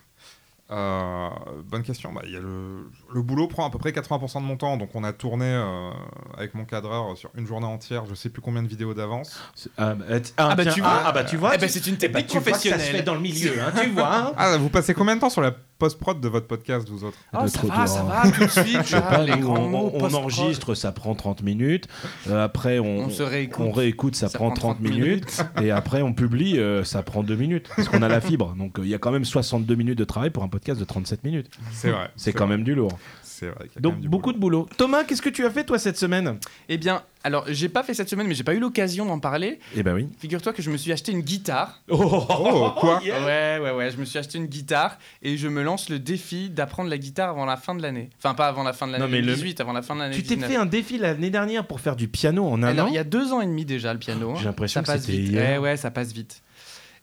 Euh, bonne question. Bah, il y a le, le boulot prend à peu près 80% de mon temps, donc on a tourné euh, avec mon cadreur sur une journée entière, je sais plus combien de vidéos d'avance.
C'est- Ah, bah, t-
Ah, bah,
tiens,
tu
ah,
vois.
ah, bah, tu vois.
Eh ben, c'est une
eh bah,
technique
tu vois que ça se fait
professionnelle.
dans le milieu, hein, tu vois. hein.
Ah, vous passez combien de temps sur la post-prod de votre podcast, vous autres
doit
Ah, ça
être
va,
autour.
ça va, tout de suite.
Je sais pas,
les
nous,
grands
on,
mots,
on
post-prod.
enregistre, ça prend 30 minutes. Euh, après, on,
On se réécoute.
on réécoute, ça, prend 30 minutes. et après, on publie, euh, ça prend 2 minutes. Parce qu'on a la fibre. Donc, euh, il y a quand même 62 minutes de travail pour un podcast de 37 minutes.
C'est vrai.
C'est quand même du lourd.
C'est vrai. qu'il y a quand
Donc,
même du
beaucoup
boulot.
de boulot. Thomas, qu'est-ce que tu as fait, toi, cette semaine
Eh bien, alors, j'ai pas fait cette semaine, mais j'ai pas eu l'occasion d'en parler.
Eh ben oui.
Figure-toi que je me suis acheté une guitare.
Oh, quoi
Ouais, ouais, ouais, je me suis acheté une guitare et je me lance le défi d'apprendre la guitare avant la fin de l'année. Enfin, pas avant la fin de l'année
Non, mais le-
2018, avant la fin de l'année
Tu t'es
19.
fait un défi l'année dernière pour faire du piano en un
Alors,
an.
il y a deux ans et demi déjà, le piano. hein.
Ah J'ai l'impression
Ça
que
passe
c'était
vite.
hier.
Ouais, ouais, ça passe vite.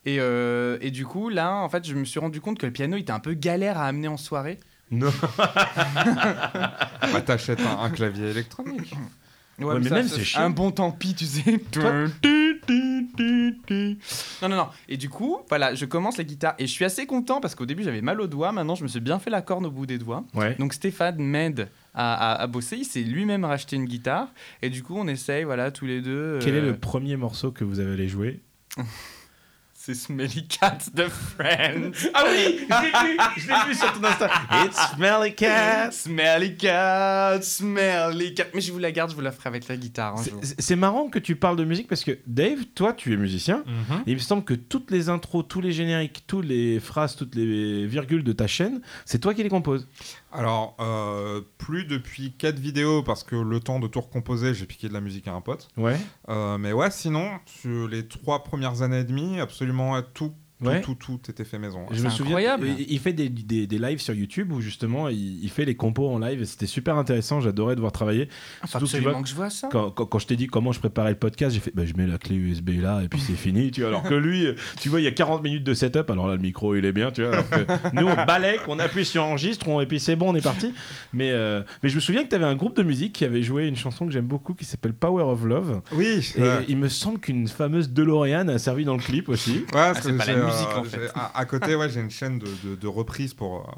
Et, euh, et du coup, là, en fait, je me suis rendu compte que le piano il était un peu galère à amener en soirée.
Non.
Bah, t'achètes un, un clavier électronique.
Ouais, mais
ça,
même,
ça,
c'est chiant.
Un bon tant pis, tu sais. non, non, non. Et du coup, voilà, je commence la guitare et je suis assez content parce qu'au début, j'avais mal aux doigts. Maintenant, je me suis bien fait la corne au bout des doigts.
Ouais.
Donc Stéphane m'aide à, à- à bosser. Il s'est lui-même racheté une guitare. Et du coup, on essaye, voilà, tous les deux.
Quel est
euh,
le premier morceau que vous avez allé jouer
C'est Smelly Cat de Friends.
Ah oui, je l'ai vu, je l'ai vu sur ton Insta. It's Smelly Cat.
Smelly Cat, Smelly Cat. Mais je vous la garde, je vous la ferai avec la guitare hein, un
C'est-
jour.
C'est marrant que tu parles de musique parce que Dave, toi, tu es musicien. Il me semble que toutes les intros, tous les génériques, toutes les phrases, toutes les virgules de ta chaîne, c'est toi qui les composes.
Alors, euh, plus depuis 4 vidéos, parce que le temps de tout recomposer, j'ai piqué de la musique à un pote.
Ouais.
Euh, mais ouais, sinon, sur les 3 premières années et demie, absolument tout, tout,
Ouais.
tout, tout, était fait maison.
Je me
C'est
souviens.
incroyable.
il- Il fait des, des- des lives sur YouTube où justement il, il fait les compos en live et c'était super intéressant. J'adorais de voir travailler.
Faut
Surtout que tu vois-
absolument que je vois ça.
Quand, quand- quand je t'ai dit comment je préparais le podcast, j'ai fait bah, je mets la clé USB là et puis c'est fini. Tu vois, alors que lui, euh, tu vois, il y a 40 minutes de setup. Alors là, le micro, il est bien. Tu vois, alors que nous, on balèque, on appuie sur enregistre on- et puis c'est bon, on est parti. Mais, euh, mais je me souviens que tu avais un groupe de musique qui avait joué une chanson que j'aime beaucoup qui s'appelle Power of Love.
Oui,
Et il me semble qu'une fameuse DeLorean a servi dans le clip aussi.
Ouais, parce
Ah,
que
c'est pas la
j'ai,
musique,
euh,
en fait.
j'ai- À, à côté, ouais, j'ai une chaîne de, de- de reprises pour. euh,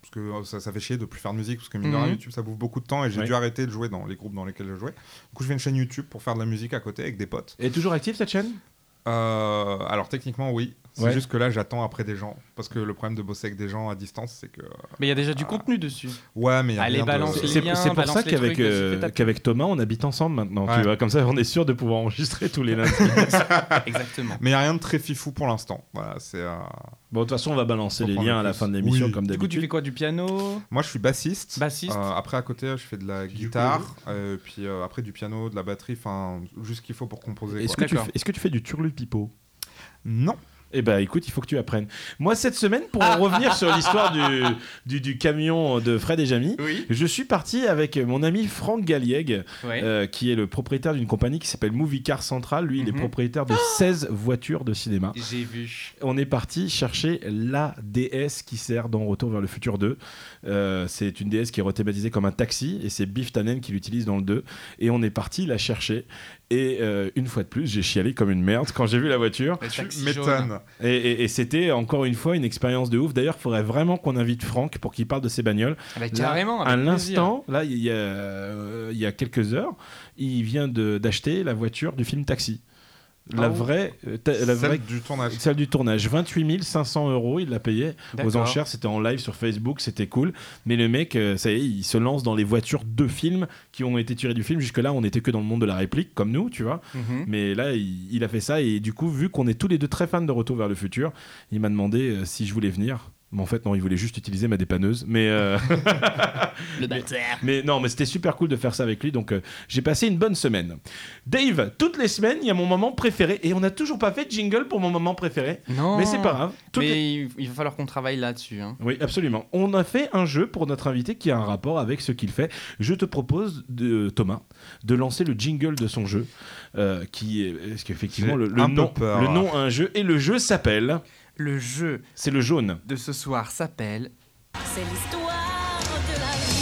parce que euh, ça, ça fait chier de plus faire de musique, parce que mine de rien,
Mhm.
YouTube, ça bouffe beaucoup de temps et j'ai
Ouais.
dû arrêter de jouer dans les groupes dans lesquels je jouais. Du coup, je fais une chaîne YouTube pour faire de la musique à côté avec des potes.
Elle est toujours active cette chaîne
Euh, alors, techniquement, oui. C'est
Ouais.
juste que là, j'attends après des gens. Parce que le problème de bosser avec des gens à distance, c'est que.
Mais il y a déjà du contenu dessus.
Ouais, mais il y a
Allez,
rien de-
balance
C'est
Ah, les
c'est
liens,
pour
balance
ça
les
qu'avec
trucs, vas-y,
euh,
fais ta-
qu'avec Thomas, on habite ensemble maintenant. Tu
Ouais.
vois, comme ça, on est sûr de pouvoir enregistrer tous les lundis.
Exactement.
Mais il n'y a rien de très fifou pour l'instant. Voilà, c'est. euh,
Bon, de toute façon, on va balancer
Faut
les
prendre
liens
le
à la
plus.
fin de l'émission,
Oui.
comme
Du coup, tu fais
d'habitude.
quoi Du piano
Euh,
Moi, je suis bassiste.
Bassiste.
Euh, après, à côté, je fais de la guitare, euh, puis euh, après du piano, de la batterie, enfin, juste ce qu'il faut pour composer.
Est-ce
quoi.
que, tu
D'accord.
fais- est-ce que tu fais du turlupipo
Non.
Eh ben, écoute, il faut que tu apprennes. Moi, cette semaine, pour en revenir sur l'histoire du, du, du camion de Fred et Jamy,
Oui.
je suis parti avec mon ami Franck Gallieg,
Ouais.
euh, qui est le propriétaire d'une compagnie qui s'appelle Movie Car Central. Lui, il est
Mhm.
propriétaire de 16 voitures de cinéma.
J'ai vu.
on est parti chercher la déesse qui sert dans Retour vers le futur 2. Euh, c'est une déesse qui est rethématisée comme un taxi et c'est Biff Tannen qui l'utilise dans le 2. Et on est parti la chercher. Et euh, une fois de plus, j'ai chialé comme une merde quand j'ai vu la voiture.
Le taxi
Tu
jaune.
m'étonnes.
Et, et- et c'était encore une fois une expérience de ouf. D'ailleurs, il faudrait vraiment qu'on invite Franck pour qu'il parle de ses bagnoles.
Ah bah,
Là,
carrément.
à
avec plaisir.
l'instant, là, il y, a, euh, il y a quelques heures, il vient de- d'acheter la voiture du film Taxi. La
Ah oui.
vraie, euh, ta- la
Celle
vraie
du tournage.
Celle du tournage, 28 500 euros, il l'a payé aux
D'accord.
enchères, c'était en live sur Facebook, c'était cool. Mais le mec, euh, ça y est, il se lance dans les voitures de films qui ont été tirées du film. Jusque-là, on n'était que dans le monde de la réplique, comme nous, tu vois.
Mhm.
Mais là, il, il a fait ça, et du coup, vu qu'on est tous les deux très fans de Retour vers le futur, il m'a demandé euh, si je voulais venir. Mais en fait, non, il voulait juste utiliser ma dépanneuse. Mais, euh,
Le bâtard.
mais non, mais c'était super cool de faire ça avec lui, donc euh, j'ai passé une bonne semaine. Dave, toutes les semaines, il y a mon moment préféré, et on n'a toujours pas fait de jingle pour mon moment préféré.
Non.
Mais c'est pas grave. Toutes
Oh. Mais
les-
il- il va falloir qu'on travaille là-dessus. hein.
Oui, absolument. On a fait un jeu pour notre invité qui a un rapport avec ce qu'il fait. Je te propose, de, Thomas, de lancer le jingle de son jeu, euh, qui est parce qu'effectivement
J'ai
le, le
un peu
nom,
peur.
le nom a un jeu et le jeu s'appelle.
Le jeu
C'est le jaune.
de ce soir s'appelle
C'est l'histoire de la vie.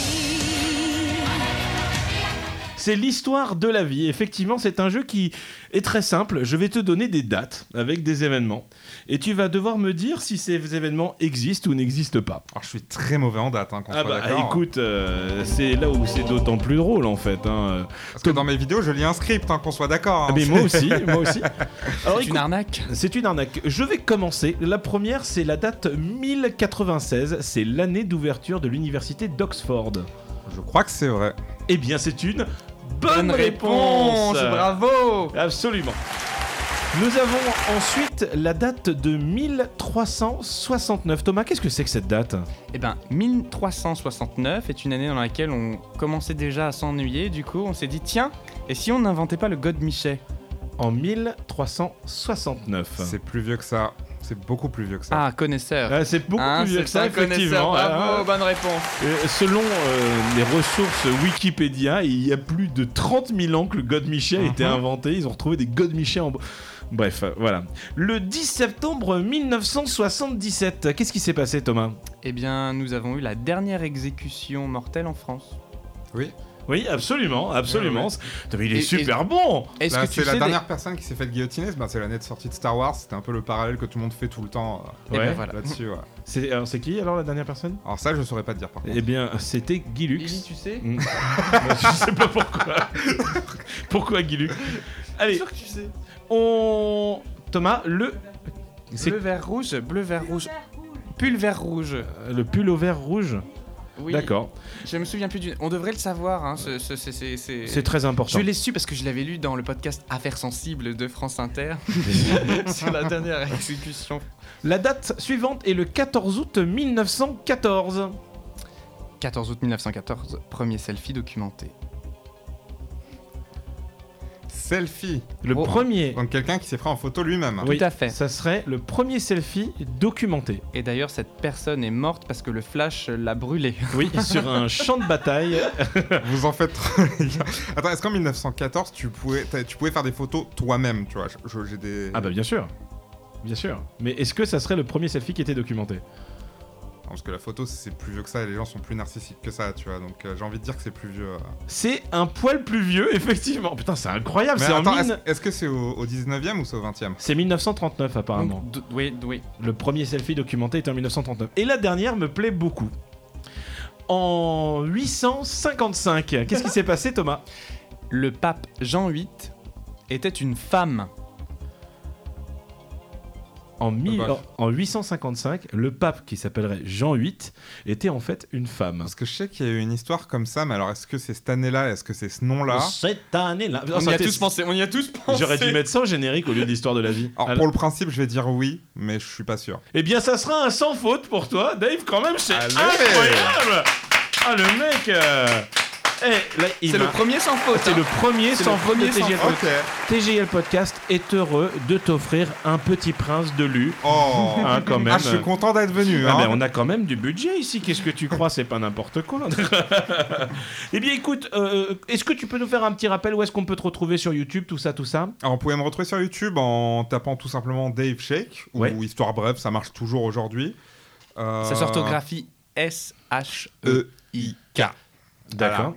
C'est l'histoire de la vie. Effectivement, c'est un jeu qui est très simple. Je vais te donner des dates avec des événements. Et tu vas devoir me dire si ces événements existent ou n'existent pas.
Alors, je suis très mauvais en date, hein, qu'on
Ah
soit
bah
d'accord.
écoute, euh, c'est là où c'est d'autant plus drôle en fait. hein.
Parce que dans mes vidéos, je lis un script, hein, qu'on soit d'accord. hein.
Ah, mais moi aussi, moi aussi. Alors,
C'est une
écoute,
arnaque.
c'est une arnaque. Je vais commencer. La première, c'est la date 1096. C'est l'année d'ouverture de l'université d'Oxford.
Je crois que c'est vrai.
Eh bien, c'est une bonne, réponse.
Bravo
Absolument. Nous avons ensuite la date de 1369. Thomas, qu'est-ce que c'est que cette date
Eh ben, 1369 est une année dans laquelle on commençait déjà à s'ennuyer. Du coup, on s'est dit tiens, et si on n'inventait pas le God Michet
En 1369.
C'est plus vieux que ça. C'est beaucoup plus vieux que ça.
Ah, connaisseur.
Ah, c'est beaucoup
Hein,
plus vieux que
c'est
ça,
un connaisseur.
effectivement.
Bravo,
Ah,
bonne réponse.
Euh, Selon euh, les ressources Wikipédia, il y a plus de 30 000 ans que le God Michel a été inventé. Ils ont retrouvé des God Michel en. bo- Bref, euh, voilà. Le 10 septembre 1977, qu'est-ce qui s'est passé, Thomas
Eh bien, nous avons eu la dernière exécution mortelle en France.
Oui, absolument, absolument.
Ouais,
Putain, mais il est
Et- et-
super bon
Est-ce
Là,
que tu
Bah, c'est
sais
la
des-
dernière personne qui s'est faite guillotiner. Ben, c'est l'année de sortie de Star Wars. C'était un peu le parallèle que tout le monde fait tout le temps euh,
Eh ben,
Ouais.
voilà.
là-dessus. ouais.
C'est alors, c'est qui alors la dernière personne
Alors ça, je saurais pas te dire par contre.
Eh bien, c'était Guy Lux.
Lily, tu sais
Mm. je sais pas pourquoi. pourquoi Guy Lux Allez,
que tu sais.
on. Thomas, le. C'est
Bleu vert rouge, bleu vert rouge. Pull vert rouge.
euh, le pull au vert rouge
Oui.
D'accord.
Je me souviens plus du. On devrait le savoir. Hein, ce- ce- ce- c'est- c'est-
C'est très important.
Je l'ai su parce que je l'avais lu dans le podcast Affaires sensibles de France Inter sur la dernière exécution.
La date suivante est le 14 août 1914.
14 août 1914, premier selfie documenté.
Selfie.
Le
Oh.
premier.
Donc quelqu'un qui s'est pris en photo lui-même.
Oui,
Tout à fait.
Ça serait le premier selfie documenté.
Et d'ailleurs, cette personne est morte parce que le flash l'a brûlée.
Oui, sur un champ de bataille.
Vous en faites trop, les gars. Attends, est-ce qu'en 1914, tu pouvais, t'as- tu pouvais faire des photos toi-même, tu vois je- je- J'ai des...
Ah bah bien sûr. Bien sûr. Mais est-ce que ça serait le premier selfie qui était documenté
Non, Parce que la photo, c'est plus vieux que ça, et les gens sont plus narcissiques que ça, tu vois. Donc euh, j'ai envie de dire que c'est plus vieux. euh.
C'est un poil plus vieux, effectivement. Putain, c'est
Ah,
incroyable.
Mais
C'est en
attends,
mine-
est-ce est-ce que c'est au, au 19e ou c'est au 20e
C'est 1939 apparemment.
Donc, d- oui, oui.
Le premier selfie documenté était en 1939. Et la dernière me plaît beaucoup. En 855, qu'est-ce qui s'est passé Thomas
Le pape Jean VIII était une femme. Ah
en, mille-
bah.
Dommage.
en 855, le pape qui s'appellerait Jean VIII était en fait une femme.
Parce que je sais qu'il y a eu une histoire comme ça, mais alors est-ce que c'est cette année-là Est-ce que c'est ce nom-là
Cette année-là.
on y a tous pensé. On y a tous pensé.
J'aurais dû mettre ça au générique au lieu d'histoire de la vie.
Alors
Alors-
pour le principe, je vais dire oui, mais je suis pas sûr.
Eh bien, ça sera un sans faute pour toi, Dave, quand même, c'est
Allez
incroyable Ah, le mec euh, eh, là, il
C'est le
m'a-
premier sans faute.
C'est
hein.
le premier
C'est
sans
le
faute de
premier sans
TGL
faute.
Podcast. TGL Podcast est heureux de t'offrir un petit prince de Lu.
Oh
Hein, quand même.
Ah, je suis content d'être venu.
Ah,
hein.
mais on a quand même du budget ici, qu'est-ce que tu crois C'est pas n'importe quoi. eh bien écoute, euh, est-ce que tu peux nous faire un petit rappel où est-ce qu'on peut te retrouver sur YouTube, tout ça, tout ça
Alors, vous pouvez me retrouver sur YouTube en tapant tout simplement Dave Shake ou
Ouais.
Histoire Bref, ça marche toujours aujourd'hui. Euh,
Ça s'orthographie S H
Euh,
E I K.
D'accord.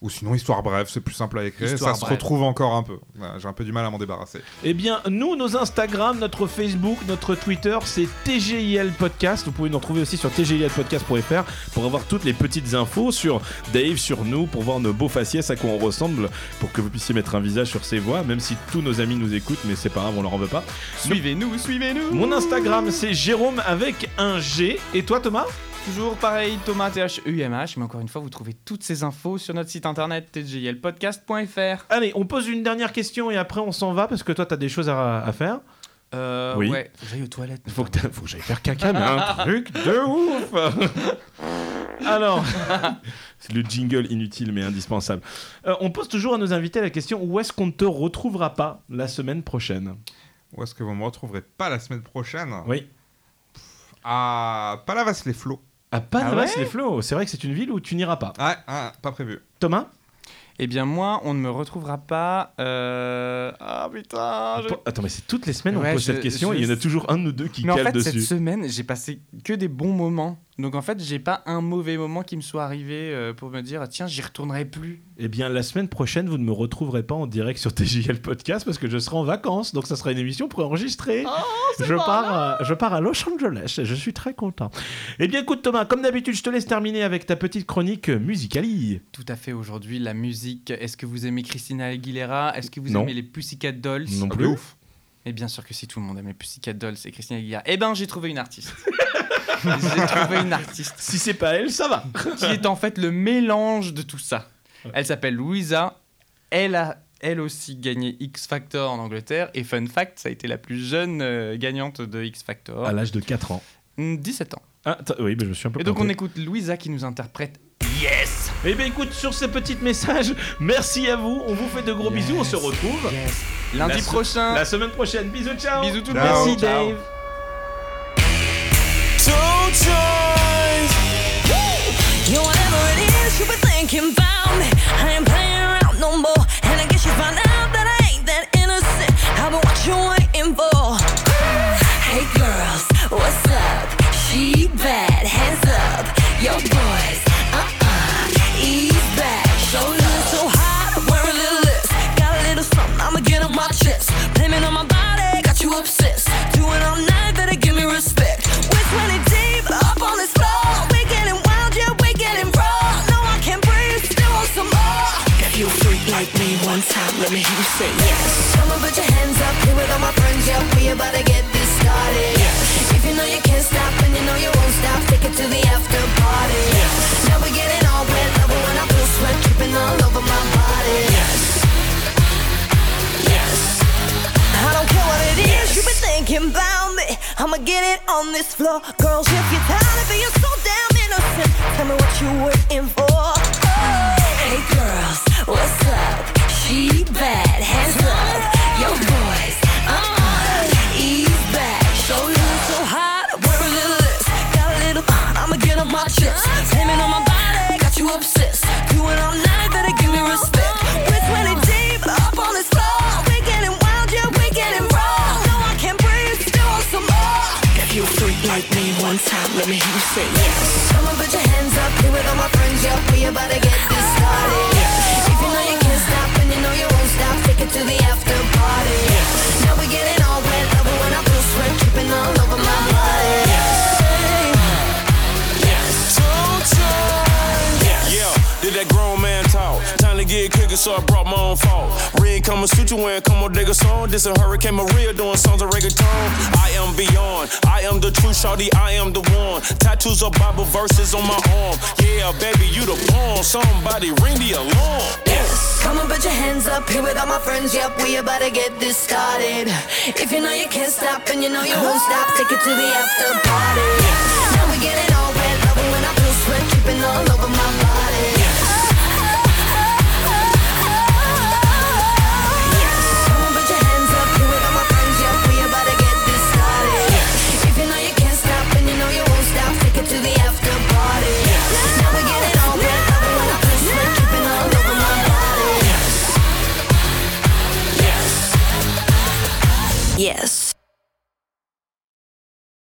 Ou sinon Histoire Bref, c'est plus simple à écrire. et
Histoire
ça se
brève.
retrouve encore un peu. Ouais, J'ai un peu du mal à m'en débarrasser.
Eh bien, nous, nos Instagram, notre Facebook, notre Twitter, c'est TGIL Podcast. Vous pouvez nous retrouver aussi sur tgilpodcast.fr pour avoir toutes les petites infos sur Dave, sur nous, pour voir nos beaux faciès, à quoi on ressemble, pour que vous puissiez mettre un visage sur ses voix, même si tous nos amis nous écoutent, mais c'est pas grave, on leur en veut pas.
Suivez-nous, suivez-nous.
Mon Instagram, c'est Jérôme avec un G. Et toi, Thomas
Toujours pareil, Thomas T-H-U-M-H, mais encore une fois, vous trouvez toutes ces infos sur notre site internet tjlpodcast.fr.
Allez, Ah, on pose une dernière question et après on s'en va parce que toi, t'as des choses à, à faire.
Euh,
Oui.
ouais, j'aille aux toilettes.
Faut que, t'a- faut que j'aille faire caca, mais un truc de ouf Alors, c'est le jingle inutile mais indispensable. Euh, on pose toujours à nos invités la question où est-ce qu'on ne te retrouvera pas la semaine prochaine
Où est-ce que vous me retrouverez pas la semaine prochaine
Oui.
À Palavas les Flots.
À Palavas les Flots, c'est vrai que c'est une ville où tu n'iras pas.
Ah, ah, pas prévu.
Thomas
Eh bien, moi, on ne me retrouvera pas. euh, Ah putain, je-
po- Attends, mais c'est toutes les semaines on
Ouais,
pose
je-
cette question
je-
et il y en a toujours un de nous deux qui
Mais en
cale
fait, cette
dessus.
semaine, j'ai passé que des bons moments. Donc en fait, j'ai pas un mauvais moment qui me soit arrivé euh, pour me dire tiens, j'y retournerai plus.
Eh bien, la semaine prochaine, vous ne me retrouverez pas en direct sur TJL Podcast parce que je serai en vacances. Donc, ça sera une émission préenregistrée.
Oh,
je, pars, à- je pars à Los Angeles et je suis très content. Eh bien, écoute, Thomas, comme d'habitude, je te laisse terminer avec ta petite chronique musicali.
Tout à fait aujourd'hui, la musique. Est-ce que vous aimez Christina Aguilera Est-ce que vous
Non.
aimez les Pussycat Dolls
Non
Ah,
plus.
de ouf.
Mais bien sûr que si tout le monde aime les Pussycat Dolls et Christina Aguilera, eh ben j'ai trouvé une artiste. j'ai trouvé une artiste
Si c'est pas elle, ça va.
qui est en fait le mélange de tout ça. Elle s'appelle Louisa. Elle a elle aussi gagné X Factor en Angleterre et fun fact, ça a été la plus jeune euh, gagnante de X Factor,
À l'âge de 4 ans.
Hmm, 17 ans.
Ah, t- oui, mais je me suis un peu
Et donc on
planté.
écoute Louisa qui nous interprète
Eh bien, écoute, sur ces petits messages, merci à vous. On vous fait de gros bisous. On se retrouve
lundi
se-
prochain.
la semaine prochaine. Bisous, ciao.
Bisous tout le
Ciao.
monde.
Merci, Ciao.
Dave.
So choice.
You're whatever it is you've been thinking about. I ain't playing around no more. And I guess you found out that I ain't that innocent. I've been what you waiting for. Hey girls, what's up? She bad, hands up. Yo boys, uh-uh, ease back. Shoulders so high, wear a little lips. Got a little something, I'ma get on my chips. Blaming on my body, got you obsessed. Do it all night, better give me respect. We're 20 deep, up on this floor. We're getting wild, yeah, we're getting raw. No, I can't breathe, still want some more.
If you freak like me one time, let me hear you say yes.
I'ma put your hands up, do it on my friends, yeah, we about to get this started. If you know you can't stop and you know you won't stop, take it to the after party. Now we're getting all wet, love it when I feel sweat dripping all over my body.
Yes.
I don't care what it is you've been thinking about me. I'ma get it on this floor. Girls, if you're tired of being so damn innocent, tell me what you waiting for.
Hey girls, what's up? She bad, hands up. Yo boys,
uh-huh.
uh-uh, ease back. Shoulders so high, wear a little lips. Got a little, uh, I'ma get on my chips. Slamming on my body, got you obsessed. Do it all night, better give me respect.
We're 20 deep, up on this floor. We're getting wild, yeah, we're getting raw. No, I can't breathe, still want some more.
If you freak like me one time, let me hear you say yes.
I'ma put your hands up, do it on my friends, yeah, we about to get this started. If you know you can't stop and you know you won't stop, take it to the after party. Now we're getting all wet, love it when I feel sweat dripping all over my body.
Yes.
Yeah, did that grown man talk? Time to get cooking, so I brought my own fault. Red coming, shoot you in, come on, dig a song. This a hurricane Maria doing songs of reggaeton. I am beyond, I am the true shawty, I am the one. Tattoos of Bible verses on my arm. Yeah, baby, you the pawn. Somebody ring the alarm.
Come and put your hands up here with all my friends. Yep, we about to get this started. If you know you can't stop and you know you won't stop, take it to the after party. Now we're getting all wet, love it when I feel sweat dripping all over my